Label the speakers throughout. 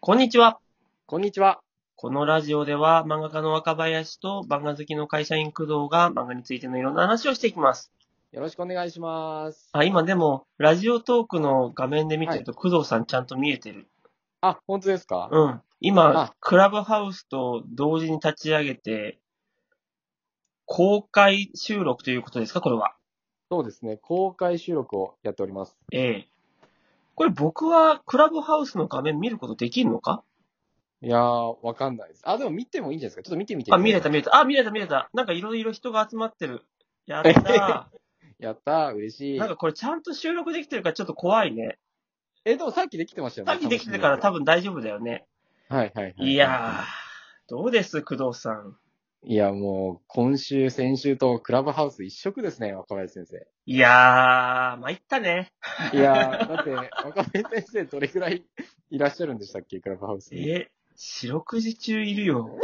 Speaker 1: こんにちは。
Speaker 2: こんにちは。
Speaker 1: このラジオでは漫画家の若林と漫画好きの会社員工藤が漫画についてのいろんな話をしていきます。
Speaker 2: よろしくお願いします。
Speaker 1: あ、今でも、ラジオトークの画面で見てると工藤さんちゃんと見えてる。
Speaker 2: あ、本当ですか
Speaker 1: うん。今
Speaker 2: あ、
Speaker 1: クラブハウスと同時に立ち上げて、公開収録ということですかこれは。
Speaker 2: そうですね。公開収録をやっております。
Speaker 1: ええこれ僕はクラブハウスの画面見ることできるのか
Speaker 2: いやー、わかんないです。あ、でも見てもいいんじゃないですかちょっと見てみて。
Speaker 1: あ、見れた見れた。あ、見れた見れた。なんかいろいろ人が集まってる。やった ー。
Speaker 2: やったー、嬉しい
Speaker 1: なん。かこれちゃんと収録できてるからちょっと怖いね。
Speaker 2: え、でもさっきできてましたよね。
Speaker 1: さっきできてから多
Speaker 2: 分。
Speaker 1: 分大丈夫だよね。
Speaker 2: はいはいはい。
Speaker 1: いやー、どうです、工藤さん。
Speaker 2: いや、もう、今週、先週とクラブハウス一色ですね、若林先生。
Speaker 1: いやー、参ったね。
Speaker 2: いやー、だって、若林先生どれくらいいらっしゃるんでしたっけ、クラブハウスに。
Speaker 1: え、四六時中いるよ。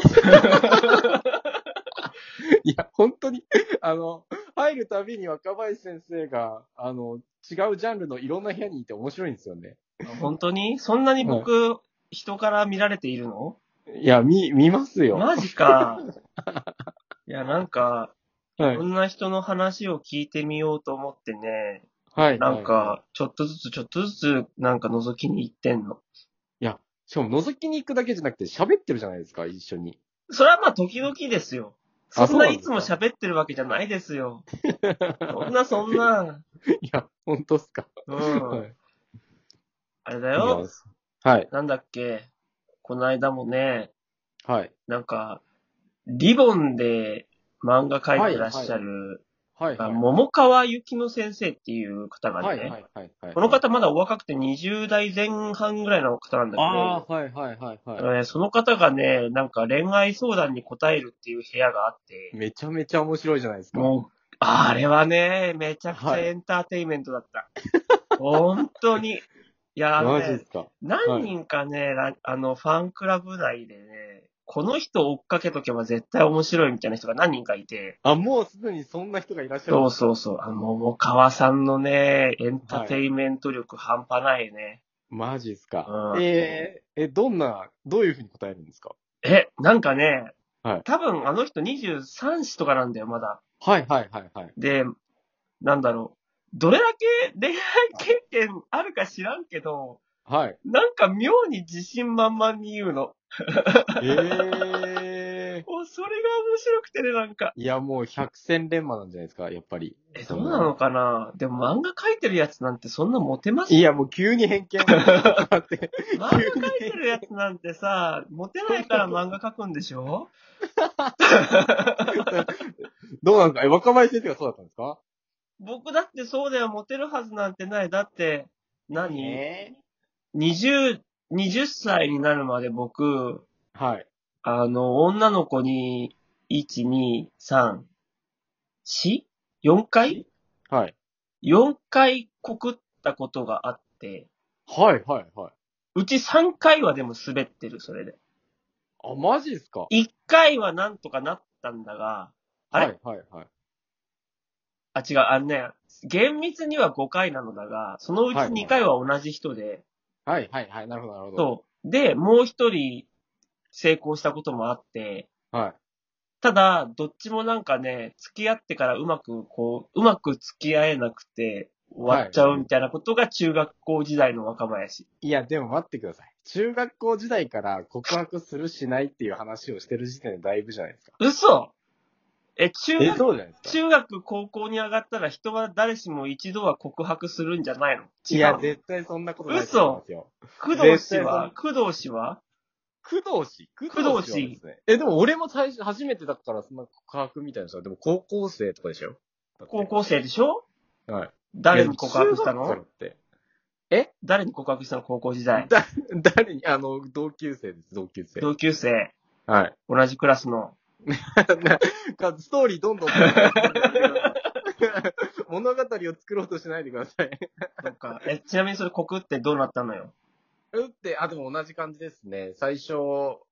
Speaker 2: いや、本当に、あの、入るたびに若林先生が、あの、違うジャンルのいろんな部屋にいて面白いんですよね。
Speaker 1: 本当 にそんなに僕、人から見られているの
Speaker 2: いや、見、見ますよ。
Speaker 1: マジ か。いや、なんか、
Speaker 2: はい
Speaker 1: こんな人の話を聞いてみようと思ってね、
Speaker 2: はい。
Speaker 1: なん
Speaker 2: はい
Speaker 1: か、ちょっとずつちょっとずつ、なんか覗きに行ってんの。
Speaker 2: しかも覗きに行くだけじゃなくて喋ってるじゃないですか、一緒に。
Speaker 1: それはまあ時々ですよ。
Speaker 2: あ
Speaker 1: そんな
Speaker 2: そうなん
Speaker 1: い
Speaker 2: で
Speaker 1: つ
Speaker 2: す
Speaker 1: も
Speaker 2: か
Speaker 1: 喋ってるわけじゃないですよ。そんなそんな。
Speaker 2: いや、本当っすか。
Speaker 1: う
Speaker 2: は
Speaker 1: ん。
Speaker 2: い
Speaker 1: あれだよ。
Speaker 2: はい。
Speaker 1: なんだっけ。この間もね、
Speaker 2: はい。
Speaker 1: なんか、リボンで漫画描いてらっしゃる、
Speaker 2: はい。
Speaker 1: あ
Speaker 2: は
Speaker 1: 桃川幸乃先生っていう方がね、
Speaker 2: い。はい。はい。はい。
Speaker 1: この方まだお若くて20代前半ぐらいの方なんだけど、
Speaker 2: ああ、はい。はい。はい。は
Speaker 1: えーその方がね、なんか恋愛相談に答えるっていう部屋があって
Speaker 2: い。、めちゃめちゃ面白いじゃないですか。
Speaker 1: もう、あれはね、めちゃくちゃ
Speaker 2: はい
Speaker 1: エンターテインメントだった。本当に。いや、あの
Speaker 2: マジっ
Speaker 1: ね
Speaker 2: す、か。
Speaker 1: 何人かね、らあの、ファンクラブ内でね、この人を追っかけとけば絶対面白いみたいな人が何人かいて、
Speaker 2: あ、もうすでにそんな人がいらっしゃる。
Speaker 1: そうそうそう、あの、桃川さんのね、エンターテインメント力半端ないね。
Speaker 2: マジっすか。
Speaker 1: うん
Speaker 2: えー、え、どんな、どういうふうに答えるんですか
Speaker 1: え、なんかね、
Speaker 2: はい
Speaker 1: 多分あの人23子とかなんだよ、まだ。
Speaker 2: はい。はい。はい。はい。
Speaker 1: で、なんだろう。どれだけ恋愛経験あるか知らんけど、
Speaker 2: はい。
Speaker 1: なんか妙に自信満々に言うの。
Speaker 2: えー。
Speaker 1: お、それが面白くてね、なんか。
Speaker 2: いや、もう百戦錬磨なんじゃないですか、やっぱり。
Speaker 1: え、どうなのかなでも漫画描いてるやつなんてそんなモテます
Speaker 2: いや、もう急に偏見。だって
Speaker 1: 漫画描いてるやつなんてさ、モテないから漫画描くんでしょ
Speaker 2: どうなんですかえ、若林先生がそうだったんですか
Speaker 1: 僕だってそうだよ、モテるはずなんてない。だって、何
Speaker 2: え
Speaker 1: ?20、20歳になるまで僕、
Speaker 2: はい。
Speaker 1: あの、女の子に、1、2、3、4?4 回
Speaker 2: はい。
Speaker 1: ?4 回告ったことがあって、
Speaker 2: はい、はい、はい。
Speaker 1: うち3回はでも滑ってる、それで。
Speaker 2: あ、マジですか
Speaker 1: 1回はなんとかなったんだが、あれ、
Speaker 2: はい、はい、はい。
Speaker 1: あ、違う、あのね、厳密には5回なのだが、そのうち
Speaker 2: はい
Speaker 1: 2回は同じ人で、
Speaker 2: はい、はい、はい。なるほど、なるほど。
Speaker 1: そう。で、もう一人成功したこともあって、
Speaker 2: はい。
Speaker 1: ただ、どっちもなんかね、付き合ってからうまく、こう、うまく付き合えなくて、終わっちゃうみたいなことが中学校時代の若林。
Speaker 2: いや、でも待ってください。中学校時代から告白するしないっていう話をしてる時点でだいぶじゃないですか。
Speaker 1: 嘘え、中
Speaker 2: え、
Speaker 1: 学、
Speaker 2: そうじゃないですか。
Speaker 1: 中学、高校に上がったら人は誰しも一度は告白するんじゃないの
Speaker 2: い
Speaker 1: 違う
Speaker 2: や、
Speaker 1: の。
Speaker 2: 絶対そんなことないと思いますよ。
Speaker 1: 工藤氏は
Speaker 2: 絶
Speaker 1: 工藤氏は
Speaker 2: 工藤氏工
Speaker 1: 工藤
Speaker 2: 氏は
Speaker 1: 氏
Speaker 2: ですね。え、でも俺も最初、初めてだから、そんな告白みたいな人は、でも高校生とかでしょ
Speaker 1: 高校生でしょ
Speaker 2: 生。はい。
Speaker 1: 誰に告白した
Speaker 2: いや中
Speaker 1: の
Speaker 2: 学生って
Speaker 1: 誰に告白したの高校時代。
Speaker 2: だ、 誰に、あの、同級生です、同級生。
Speaker 1: 同級生、
Speaker 2: はい。
Speaker 1: 同じクラスの。
Speaker 2: かストーリーど んどん。物語を作ろうとしないでください。
Speaker 1: そっか。え、ちなみにそれ告ってどうなったのよ。
Speaker 2: 打って、あ、でも同じ感じですね。最初、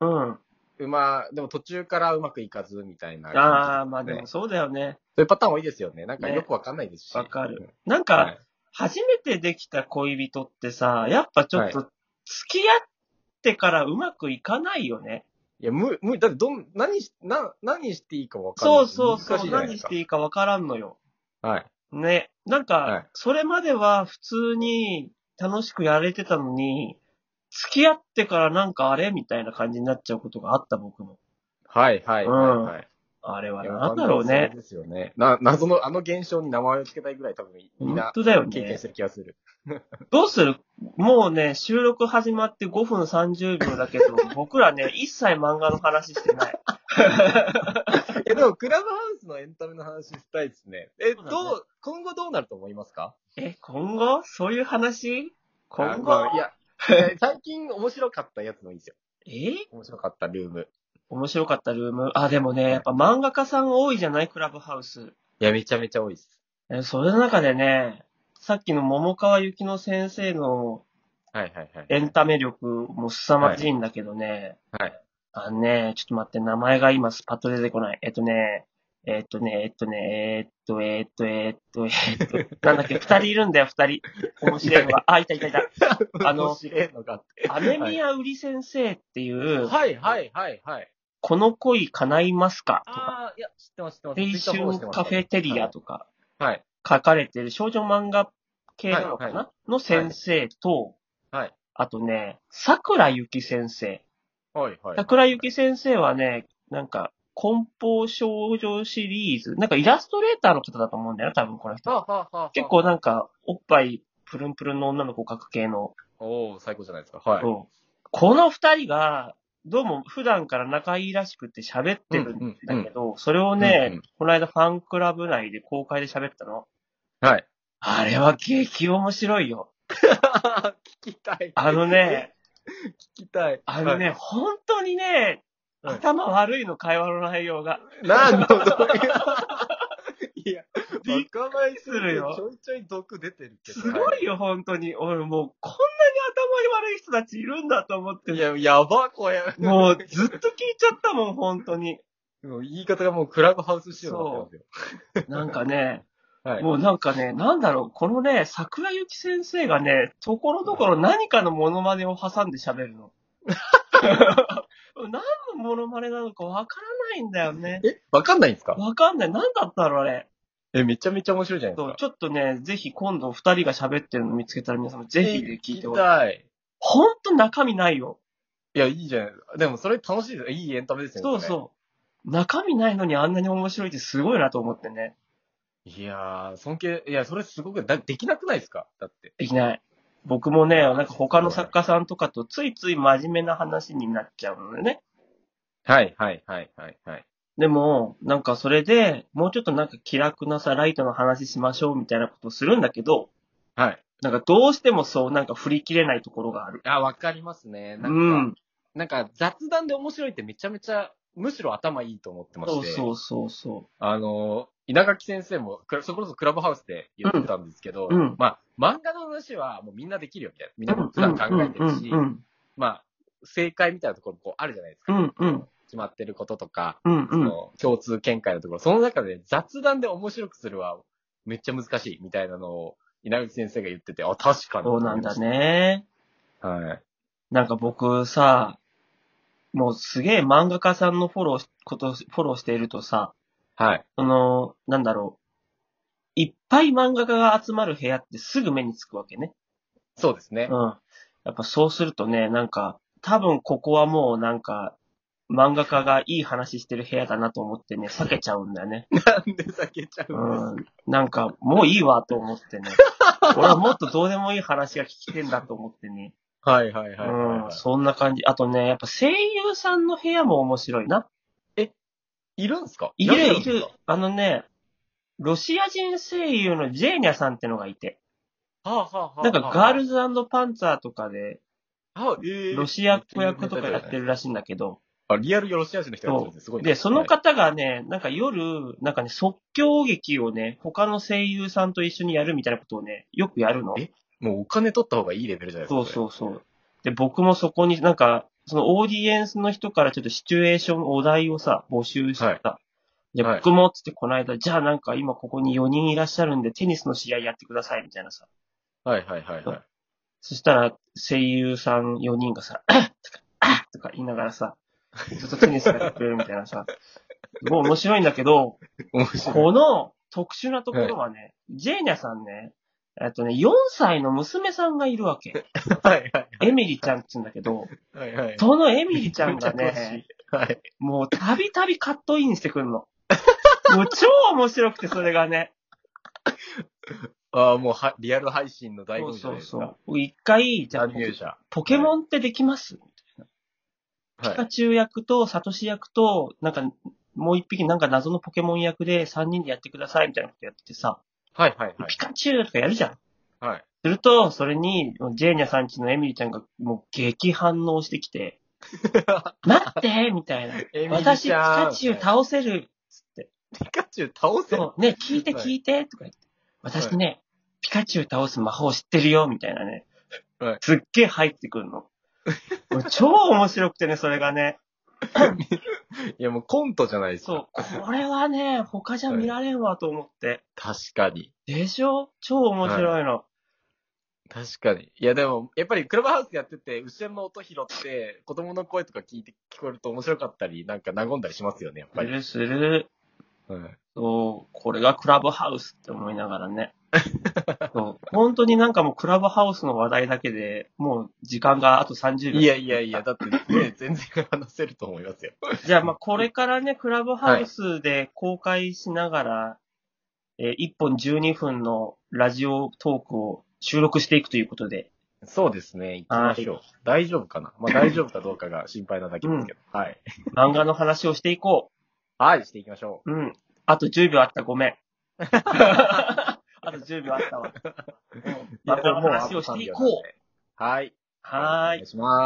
Speaker 1: うん。
Speaker 2: うま、でも途中からうまくいかず、みたいな感じ、
Speaker 1: ああ、まあで
Speaker 2: ね
Speaker 1: もそうだよね。
Speaker 2: そういうパターン多いですよね。なんか
Speaker 1: ね
Speaker 2: よくわかんないですし。
Speaker 1: わかる。なんか、初めてできた恋人ってさ、やっぱちょっと、付き合っってからうまくいかないよね。
Speaker 2: いや、む、む、だってどん、何し、な、何していいか分かんな
Speaker 1: そ
Speaker 2: い。
Speaker 1: うそうそ
Speaker 2: 難し
Speaker 1: う。
Speaker 2: いじゃないで
Speaker 1: 何
Speaker 2: す
Speaker 1: し
Speaker 2: か
Speaker 1: ていいかわからんのよ。
Speaker 2: はい。
Speaker 1: ね。なんか、
Speaker 2: はい
Speaker 1: それまでは普通に楽しくやれてたのに、付き合ってからなんかあれみたいな感じになっちゃうことがあった僕も。
Speaker 2: はい、はい、はいはい。
Speaker 1: あれはい
Speaker 2: や
Speaker 1: なんだろうね。
Speaker 2: そうですよね。な、謎のあの現象に名前を付けたいぐらい多分みん
Speaker 1: 本
Speaker 2: な
Speaker 1: 当だよ
Speaker 2: 経験
Speaker 1: ね
Speaker 2: し。てる気がする。
Speaker 1: どうするもうね、収録始まって5分30秒だけ ど、僕らね、一切漫画の話してない。
Speaker 2: いやでも、クラブハウスのエンタメの話したいですね。え、
Speaker 1: そ
Speaker 2: ど
Speaker 1: う
Speaker 2: う
Speaker 1: だね、
Speaker 2: 今後どうなると思いますか
Speaker 1: え、今後そういう話今後、
Speaker 2: あまあいや、 えー最近面白かったやつのいいですよ。
Speaker 1: え
Speaker 2: 面白かったルーム。
Speaker 1: 面白かったルーム。あ、でもね、やっぱ漫画家さん多いじゃないクラブハウス。
Speaker 2: いや、めちゃめちゃ多いです。
Speaker 1: えそれの中でね、さっきの桃川幸乃先生の
Speaker 2: はいはいはい。
Speaker 1: エンタメ力も凄まじいんだけどね。
Speaker 2: はいはい
Speaker 1: あのね、ちょっと待って、名前が今スパッと出てこない。えっとね、えっとね、えっとね、えっと、えっと、えっと、えっ と、なんだっけ、二人いるんだよ、二人。面白いのが。あ、いたいたいた。あの
Speaker 2: 面白いのがあって。
Speaker 1: アメミヤウリ先生っていう、
Speaker 2: はいはいはいはい。
Speaker 1: この恋叶いますかとか、
Speaker 2: ああ、いや、知ってます知ってます。ツイッターフォロ
Speaker 1: 青
Speaker 2: ー
Speaker 1: 春
Speaker 2: してました
Speaker 1: カフェテリアとか、
Speaker 2: はい。
Speaker 1: 書かれてる少女漫画系なのかな、
Speaker 2: はいは
Speaker 1: の先生と、
Speaker 2: はい。
Speaker 1: あとね、桜ゆき先生。
Speaker 2: はいはい。
Speaker 1: 桜ゆき先生はね、なんか、梱包少女シリーズ、なんかイラストレーターの方だと思うんだよな、多分この人。
Speaker 2: はあはあはあ。
Speaker 1: 結構。なんか、おっぱいプルンプルンの女の子を描く系の。
Speaker 2: おお最高じゃないですか。はい。
Speaker 1: うんこの二人が、どうも普段から仲いいらしくて喋ってるんだけど、それをね、
Speaker 2: うんうん
Speaker 1: この間ファンクラブ内で公開で喋ったの。
Speaker 2: はい。
Speaker 1: あれは激面白いよ。
Speaker 2: 聞きたい。
Speaker 1: あのね、
Speaker 2: 聞きたい。
Speaker 1: あのね、本当にね、
Speaker 2: はい
Speaker 1: 頭悪いの、会話の内容が。
Speaker 2: はい。なんだ ろう。いや、
Speaker 1: びっ
Speaker 2: 若林
Speaker 1: するよ
Speaker 2: ちょいちょい毒出てるけど。
Speaker 1: すごいよ、本当に。俺もう、こんなに頭に悪い人たちいるんだと思って。
Speaker 2: いや、やば、これ。
Speaker 1: もう、ずっと聞いちゃったもん、本当に。
Speaker 2: もう言い方がもうクラブハウス仕様になってますよ。
Speaker 1: なんかね、
Speaker 2: はい。
Speaker 1: もうなんかね、なんだろう、このね、桜ゆき先生がね、ところどころ何かのモノマネを挟んで喋る の。何のモノマネなのかわからないんだよね。
Speaker 2: え、わかんないんですか
Speaker 1: わかんない。何だったろう、あれ。
Speaker 2: え、めちゃめちゃ面白いじゃないで
Speaker 1: そう
Speaker 2: す、か。
Speaker 1: ちょっとね、ぜひ今度二人が喋ってるの見つけたら皆さんもぜひね聞いて
Speaker 2: 聞
Speaker 1: ほ
Speaker 2: き
Speaker 1: しい。
Speaker 2: たい。
Speaker 1: ほんと中身ないよ。
Speaker 2: いや、いいじゃないですか。でもそれ楽しいです。いいエンタメですよね。
Speaker 1: そうそう。中身ないのにあんなに面白いってすごいなと思ってね。
Speaker 2: う。いやー、尊敬、いや、それすごく、だできなくないですかだって。
Speaker 1: できない。僕もね、なんか他の作家さんとかとついつい真面目な話になっちゃうのでね。
Speaker 2: はい、はい、はい、はい、はい。
Speaker 1: でも、なんかそれで、もうちょっとなんか気楽なさ、ライトの話しましょうみたいなことをするんだけど、
Speaker 2: はい。
Speaker 1: なんかどうしてもそう、なんか振り切れないところがある。
Speaker 2: あ、わかりますね。
Speaker 1: う
Speaker 2: なんか、
Speaker 1: ん。
Speaker 2: なんか雑談で面白いってめちゃめちゃ、むしろ頭いいと思ってまし
Speaker 1: そう
Speaker 2: て。
Speaker 1: そうそうそ
Speaker 2: あの、稲垣先生も、クラそれこそクラブハウスで言ってたんですけど、
Speaker 1: うん
Speaker 2: まあ、漫画の話はもうみんなできるよみた
Speaker 1: う。
Speaker 2: いな。みんなも普段考えてるし
Speaker 1: う、ん
Speaker 2: まあ、正解みたいなところもこうあるじゃないです
Speaker 1: う
Speaker 2: か。
Speaker 1: んうん。うん
Speaker 2: 決まってることとか、
Speaker 1: うん
Speaker 2: そ
Speaker 1: うん。
Speaker 2: の共通見解のところ、その中で雑談で面白くするはめっちゃ難しいみたいなのを稲垣先生が言ってて、あ、確かに。
Speaker 1: そうなんだ。ね。
Speaker 2: はい。
Speaker 1: なんか僕さ、もうすげえ漫画家さんのフォローし、こと、フォローしているとさ、
Speaker 2: はい。
Speaker 1: その、なんだろう。いっぱい漫画家が集まる部屋ってすぐ目につくわけね。
Speaker 2: そうですね
Speaker 1: う。ん。やっぱそうするとね、なんか、多分ここはもうなんか、漫画家がいい話してる部屋だなと思ってね、避けちゃうんだよね。
Speaker 2: なんで避けちゃうんですか
Speaker 1: うん。なんか、もういいわと思って ね。俺はもっとどうでもいい話が聞きてんだと思ってね。
Speaker 2: はいはいはいはい
Speaker 1: うん
Speaker 2: は、い。
Speaker 1: そんな感じ。あとね、やっぱ声優さんの部屋も面白いな。
Speaker 2: いるんですか
Speaker 1: いる
Speaker 2: らっし
Speaker 1: い
Speaker 2: ゃんです
Speaker 1: る
Speaker 2: か。
Speaker 1: あのね、ロシア人声優のジェーニャさんってのがいて、
Speaker 2: はあはあはあはあ。
Speaker 1: なんかガールズパンツァーとかで、
Speaker 2: あ、ええ
Speaker 1: ロシア子役とかやってるらしいんだけど、
Speaker 2: あ、リアルよろしい味の人がいるんですねすごいね
Speaker 1: で、その、方がね、なんか夜、なんかね、即興劇をね、他の声優さんと一緒にやるみたいなことをね、よくやるの。
Speaker 2: えはいもうお金取った方がいいレベルじゃないですか
Speaker 1: そ。う
Speaker 2: う。
Speaker 1: そうそう。で、僕もそこになんか、そのオーディエンスの人からちょっとシチュエーション、お題をさ、募集して
Speaker 2: はい
Speaker 1: さ、じゃあ
Speaker 2: はい
Speaker 1: 僕もっつってこの間、じゃあなんか今ここに4人いらっしゃるんでテニスの試合やってくださいみたいなさ。
Speaker 2: はいはいはいはい。
Speaker 1: そしたら、声優さん4人がさ、 とか、あとか言いながらさ、ずっとテニスやってくれるみたいなさ、すごい面白いんだけど、
Speaker 2: 面白い。
Speaker 1: この特殊なところはね、ジェーニャさんね、えっとね、4歳の娘さんがいるわけ。
Speaker 2: はいはい。
Speaker 1: エミリちゃんって言うんだけど、
Speaker 2: はいはい。
Speaker 1: そのエミリちゃんが
Speaker 2: めっちゃ詳し
Speaker 1: ね、
Speaker 2: いはい。
Speaker 1: もうたびたびカットインしてく るの。もう超面白くて、それがね。
Speaker 2: ああ、もうは、リアル配信の醍
Speaker 1: そ
Speaker 2: 醐
Speaker 1: うそ
Speaker 2: 味じゃないうです
Speaker 1: そ
Speaker 2: か。
Speaker 1: う。一回、じゃあ
Speaker 2: 参、入者。
Speaker 1: ポケモンってできます、
Speaker 2: は
Speaker 1: ピカ
Speaker 2: い。
Speaker 1: チュウ役と、サトシ役と、なんか、もう一匹なんか謎のポケモン役で3人でやってくださいみたいなことやっててさ、
Speaker 2: はいはいはい
Speaker 1: ピ。カチュウとかやるじゃん。
Speaker 2: はい。
Speaker 1: すると、それに、ジェーニャさんちのエミリちゃんがもう激反応してき て、待ってみたいな。
Speaker 2: エミリちゃん
Speaker 1: 私、ピカチュウ倒せる。
Speaker 2: ピカチュウ倒せ
Speaker 1: そう、ね、聞いて
Speaker 2: はい
Speaker 1: 聞いて、とか言って。私ね、ピカチュウ倒す魔法知ってるよ、みたいなね。
Speaker 2: はい
Speaker 1: すっげえ入ってくるの。 もう超面白くてね、それがね。
Speaker 2: いやもうコントじゃないです
Speaker 1: そう
Speaker 2: か。。
Speaker 1: これはね、他じゃ見られんわと思って。
Speaker 2: 確かに。
Speaker 1: でしょ超面白いの。
Speaker 2: 確かに。いやでも、やっぱりクラブハウスやってて、後ろの音拾って、子供の声とか聞いて聞こえると面白かったり、なんか和んだりしますよね、やっぱ
Speaker 1: す
Speaker 2: り。
Speaker 1: るする。
Speaker 2: うん
Speaker 1: そう。これがクラブハウスって思いながら ね。そう。本当になんかもうクラブハウスの話題だけで、もう時間があと30秒。
Speaker 2: いやいやいや、。だってね、全然話せると思いますよ。
Speaker 1: じゃあまあこれからね、クラブハウスで公開しながら、えー1本12分のラジオトークを収録していくということで。
Speaker 2: そうですね、行きましょう。大丈夫かなまあ大丈夫かどうかが心配なだけですけど。はい。
Speaker 1: 漫画の話をしていこ
Speaker 2: はい、していきましょ
Speaker 1: う。うん。あと10秒あった、ご めん。あと10秒あったわ。
Speaker 2: う。
Speaker 1: また話をしていこう。
Speaker 2: う。はい。
Speaker 1: は
Speaker 2: お
Speaker 1: ー
Speaker 2: 願
Speaker 1: い
Speaker 2: い。します。